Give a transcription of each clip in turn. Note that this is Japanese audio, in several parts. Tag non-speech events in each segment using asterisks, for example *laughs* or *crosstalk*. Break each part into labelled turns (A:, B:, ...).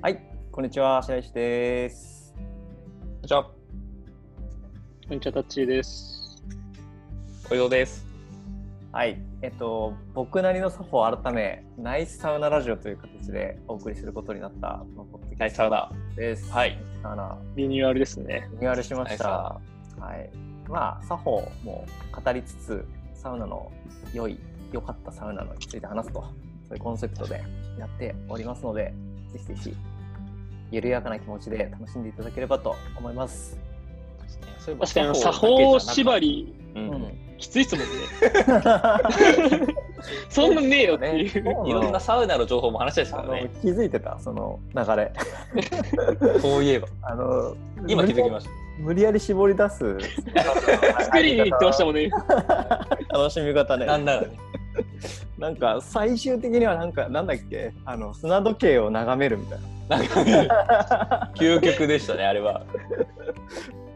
A: はい、こんにちは、白石です。
B: こんにちは、
C: こんにちは、タッチーです。
B: 小井戸です。
A: はい、えっと、僕なりの作法改め、ナイスサウナラジオという形でお送りすることになった、このポッドキ
B: ナ
A: ャ
B: イ
A: ス
B: スサウナ。
A: トです。
B: はい
A: ナイスサウナ、
C: リニューアルですね。
A: リニューアルしました。
B: ナ
A: はい、まあ、作法も語りつつ、サウナの良い、良かったサウナのについて話すと、そういうコンセプトでやっておりますので、ぜひぜひ、緩やかな気持ちで楽しんでいただければと思います。
B: そういえば
C: 確かにあの、作法縛
B: り。
C: り、
B: うん
A: う *laughs*
C: きついっすもんね。
A: ん
C: そんなねえよっていう。
A: ね
B: いろんなサウナの情報も話したいですか
A: あ
B: ら
A: の
B: ね。
A: 気づいてたその流れ
B: そういえば。
A: あの
B: 今気づきまし
A: 無理やり絞り出す
C: 作りに行ってましたもんね。
A: 楽しみ方
B: た。
A: ね
B: なんならね。
A: なんか最終的にはなんかなんだっけあの砂時計を眺めるみたいな
B: なんかね、究極でしたね、あれ *laughs* は。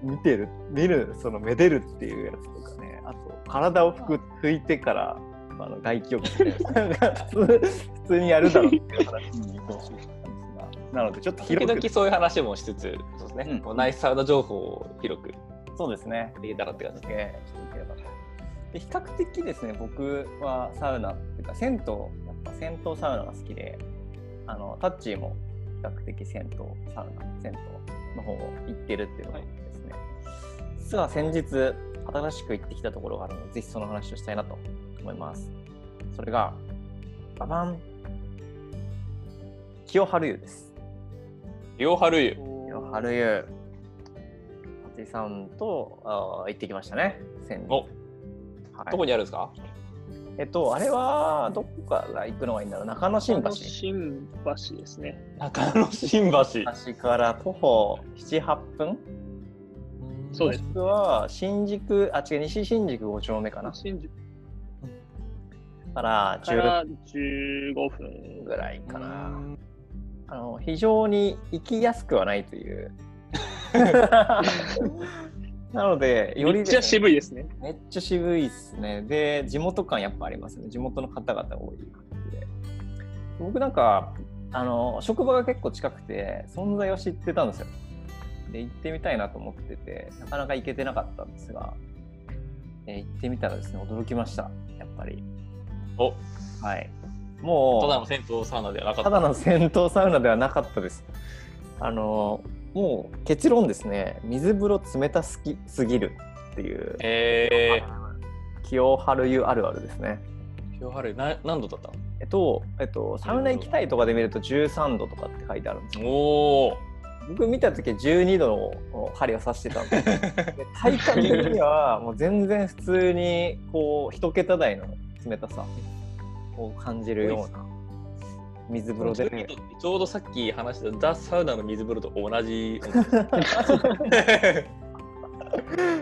A: 見てる見るそのめでるっていうやつとかねあと体を拭く拭いてからあの外気浴するやつなんか普通普通にやるだろうっていう話に行ってほしいですなのでちょっと
B: 時
A: 広
B: 々
A: く
B: そういう話もしつつ、そうです
A: うん
B: ね、こうナイスサウナ情報を広く
A: そうですね
B: 入れたらって感じ
A: だけしていければとで比較的ですね僕はサウナっていうか銭湯やっぱ銭湯サウナが好きであのタッチーも比較的銭湯サウナ銭湯の方を行ってるっていうのがですね、実は先日新しく行ってきたところがあるのでぜひその話をしたいなと思いますそれがババン清春湯です
B: 両春湯。
A: 清春湯松井さんとあー行ってきましたね先日
B: お、
A: はい
B: どこにあるんですか
A: えっと、あれはどこから行くのがいいんだろう中野新橋
C: 新橋ですね。
B: 中野新橋。
A: 橋から徒歩78分
C: そうです
A: もしくは新宿あ違う西新宿5丁目かな
C: 新宿
A: から
C: か
A: 10
C: ら15
A: 分
C: 分。
A: ぐらいかなあの非常に行きやすくはないという
C: *laughs*
A: *laughs* なのでよ
C: め
A: り
C: っ
A: で
C: ちゃ
A: すね
C: 渋いですね。
A: めっちゃ渋いっすね。で、地元感やっぱありますね。地元の方々が多い感じで。僕なんか、あの、職場が結構近くて、存在を知ってたんですよ。で、行ってみたいなと思ってて、なかなか行けてなかったんですが、え行ってみたらですね、驚きました。やっぱり。
B: お、
A: はい。
B: ただ
A: も
B: の銭湯サウナではな
A: う、
B: か
A: た
B: っ
A: だの銭湯サウナではなかったです。あの、もう結論ですね、水風呂冷たすぎすぎるっていう
B: た。。え
A: 清春湯あるあるですね。
B: ー、両春湯、な何度だった
A: えっと、えっと、サウナ行きたいとかで見ると13度とかって書いてあるんですよ。
B: おお。
A: 僕見た時は12度の針を刺してたんで、 *laughs* で体感的にはもう全然普通にこう一桁台の冷たさを感じるような水風呂で、ね、
B: ちょうどさっき話したザ・サウナの水風呂と同 *laughs* じ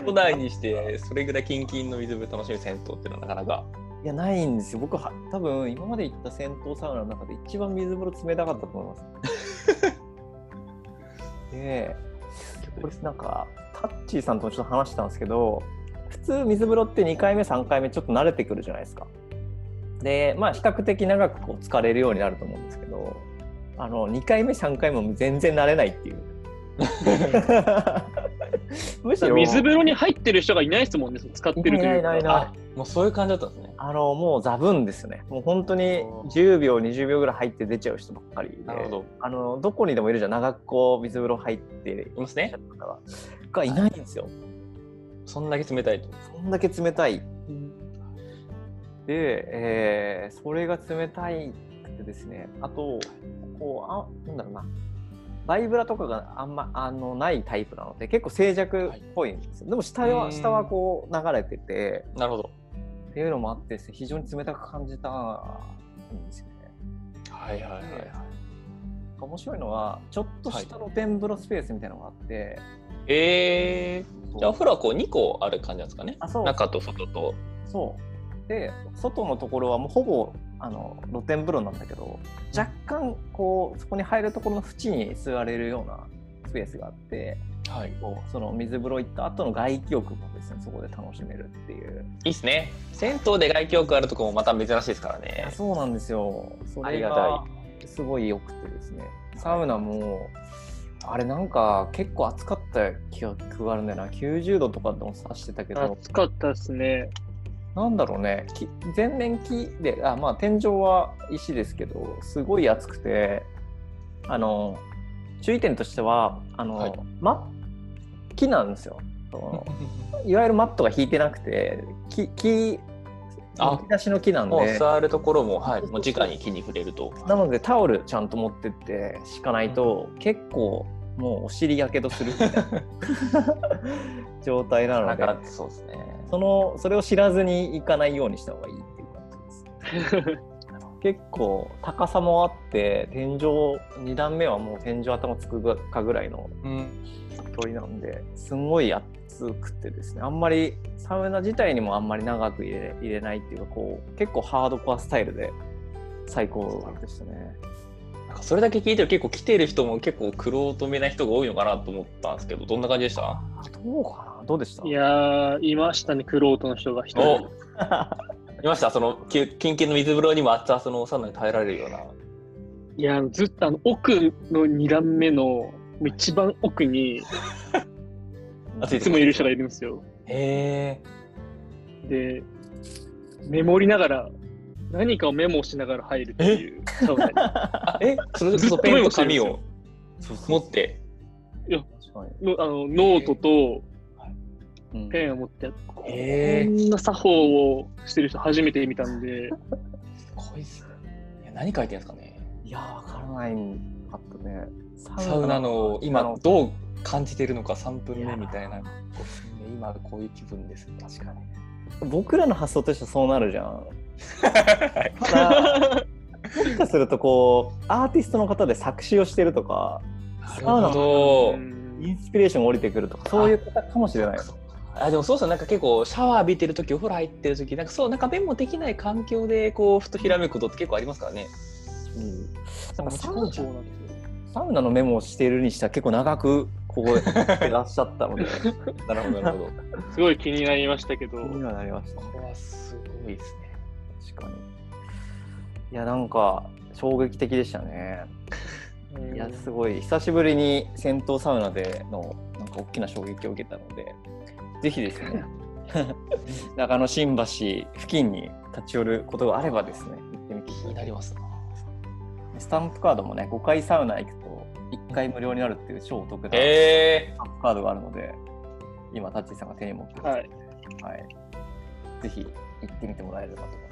B: 都内にしてそれぐらいキンキンの水風呂楽しむ銭湯っていうのはなかなか
A: いやないんですよ。僕は多分今まで行った銭湯サウナの中で一番水風呂冷たかったと思います。
C: *laughs*
A: で、これなんかタッチーさんともちょっと話したんですけど普通水風呂って2回目3回目ちょっと慣れてくるじゃないですかでまあ比較的長くこう疲れるようになると思うんですけどあの2回目3回目も全然慣れないっていう *laughs* むしろ
C: 水風呂に入ってる人がいないですもんね、その使ってると
A: いないいう
C: か。
A: ないいない
B: あもうそういう感じだったんですね
A: あのもうザブンですねもう本当に10秒20秒ぐらい入って出ちゃう人ばっかりで
B: なるほど
A: あのどこにでもいるじゃん長くこう水風呂入って
B: いますね
A: 方ががいないんですよ
B: そんだけ冷たいと
A: そんだけ冷たい。で、えーそれが冷たいってですね、あと、こう、あなんだろうな、バイブラとかがあんまあのないタイプなので、結構静寂っぽいんですよ。でも下
B: う
A: は、
B: ん
A: 下はこう流れてて、
B: なるほど
A: っていうのもあってですね、非常に冷たく感じたんですよね。
B: はいはいはいはい
A: 面白いのは、ちょっとした露天風呂スペースみたいなのがあって、
B: えー、じゃあお風呂はこう2個ある感じなんですかね
A: あそう
B: 中と外と
A: そうで外のところはもうほぼあの露天風呂なんだけど若干こうそこに入るところの縁に座れるようなスペースがあって
B: はい
A: こうその水風呂行った後の外気浴もですねそこで楽しめるっていう
B: いいっすね銭湯で外気浴あるとこもまた珍しいですから
A: い
B: ね
A: やそうなんですよそ
B: あ
A: れ
B: りが
A: がすごい良くてですねサウナもあれなんか結構暑かった記憶があるんだよな90度とかでもさしてたけど
C: 暑かったですね。
A: なんだろうねき全面木であまあ天井は石ですけどすごい暑くてあの注意点としてはあの、
B: はい
A: ま木なんですよそ
B: *laughs*
A: のいわゆるマットが引いてなくて木木
B: あ
A: むき出しの木なん
B: もう
A: で
B: 触るところも、はい、もう直に木に触れると。
A: なのでタオルちゃんと持ってって敷かないと、結構もうお尻やけどするみたい *laughs* な状態な
B: な
A: の
B: ん
A: で
B: か、そうですね。
A: そのそれを知らずに行かないようにした方がいいっていう感じです。結構高さもあって天井2段目はもう天井頭つくかぐらいの
B: うん。
A: 距離なんですごい暑くてですねあんまりサウナ自体にもあんまり長く入れ入れないっていうかこう結構ハードコアスタイルで最高でしたね。
B: なんかそれだけ聞いてる結構来てる人も結構苦労止めな人が多いのかなと思ったんですけど、どんな感じでした
A: どうかなどうでした
C: いやー、いましたね、クロートの人が一
B: お *laughs*
C: 人。
B: いましたその、キュキンキンの水風呂にも熱々のおサウナに耐えられるような。
C: いやー、ずっとあの奥の2段目の、もう一番奥に、い
B: 暑い
C: つもいる人がいるんですよ。
B: へえ。 *laughs*
C: で、メモりながら、何かをメモしながら入るっていうサウナに。
B: あえそれこ
C: ずっと
B: そペン
C: メモ
B: と
C: してるんで
B: 紙
C: すよ
B: を持って。
A: 確か
C: のあのノートと
A: にうん
C: ペンを持って、こ
B: へー
C: んな作法をしてる人初めて見たんで、
B: すごいっすね。いや何書いてるんですかね。
A: いやわからないかったね
B: サウナの
A: サウナ
B: 今
A: の
B: どう感じてるのか3分目みたいな。今こういう気分です。確かに。
A: 僕らの発想としてはそうなるじゃん
B: はい
A: ただもしかするとこうアーティストの方で作詞をしてるとか
B: な
A: サウナ
B: るほど
C: う。ん
A: インスピレーションが降りてくるとかそういう方かもしれない
B: そっかあでもそうそうなんか結構シャワー浴びてる時お風呂入ってる時なんかそうなんか便もできない環境でこうふとひらめくことって結構ありますからね。
A: うんなんかサ
B: 持
A: ウ
B: ち込んじゃう
A: サウナのメモをしているにしては結構長くここへいらっしゃった
B: *laughs*
A: ので
B: なるほどなるほど。
C: すごい気になりましたけど
A: 気、にはなりました
B: これはすごいですね。
A: 確かにいやなんか衝撃的でしたねいやすごい久しぶりに銭湯サウナでのなんか大きな衝撃を受けたのでぜひです
B: *laughs*
A: ね中野新橋付近に立ち寄ることがあればですね行ってみて
B: 気になりますな。
A: スタンプカードもね5回サウナ行くと1回無料になるっていう超お得なス
B: え
A: タンプカードがあるので今タッチーさんが手に持ってます、
C: はい、
A: はい、ぜひ行ってみてもらえればと思います。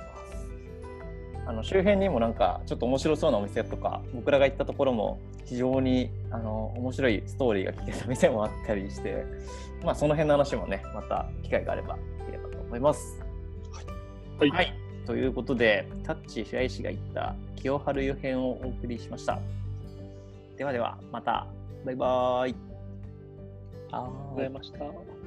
A: あの周辺にもなんかちょっと面白そうなお店とか僕らが行ったところも非常にあの面白いストーリーが聞けた店もあったりして、まあ、その辺の話もねまた機会があればできればと思います。
C: はい
A: はい、ということでタッチ白石が行った清春湯編をお送りしました。ではではまたバイバーイ。
B: ー。
C: あ
B: あ
C: りがとうございました。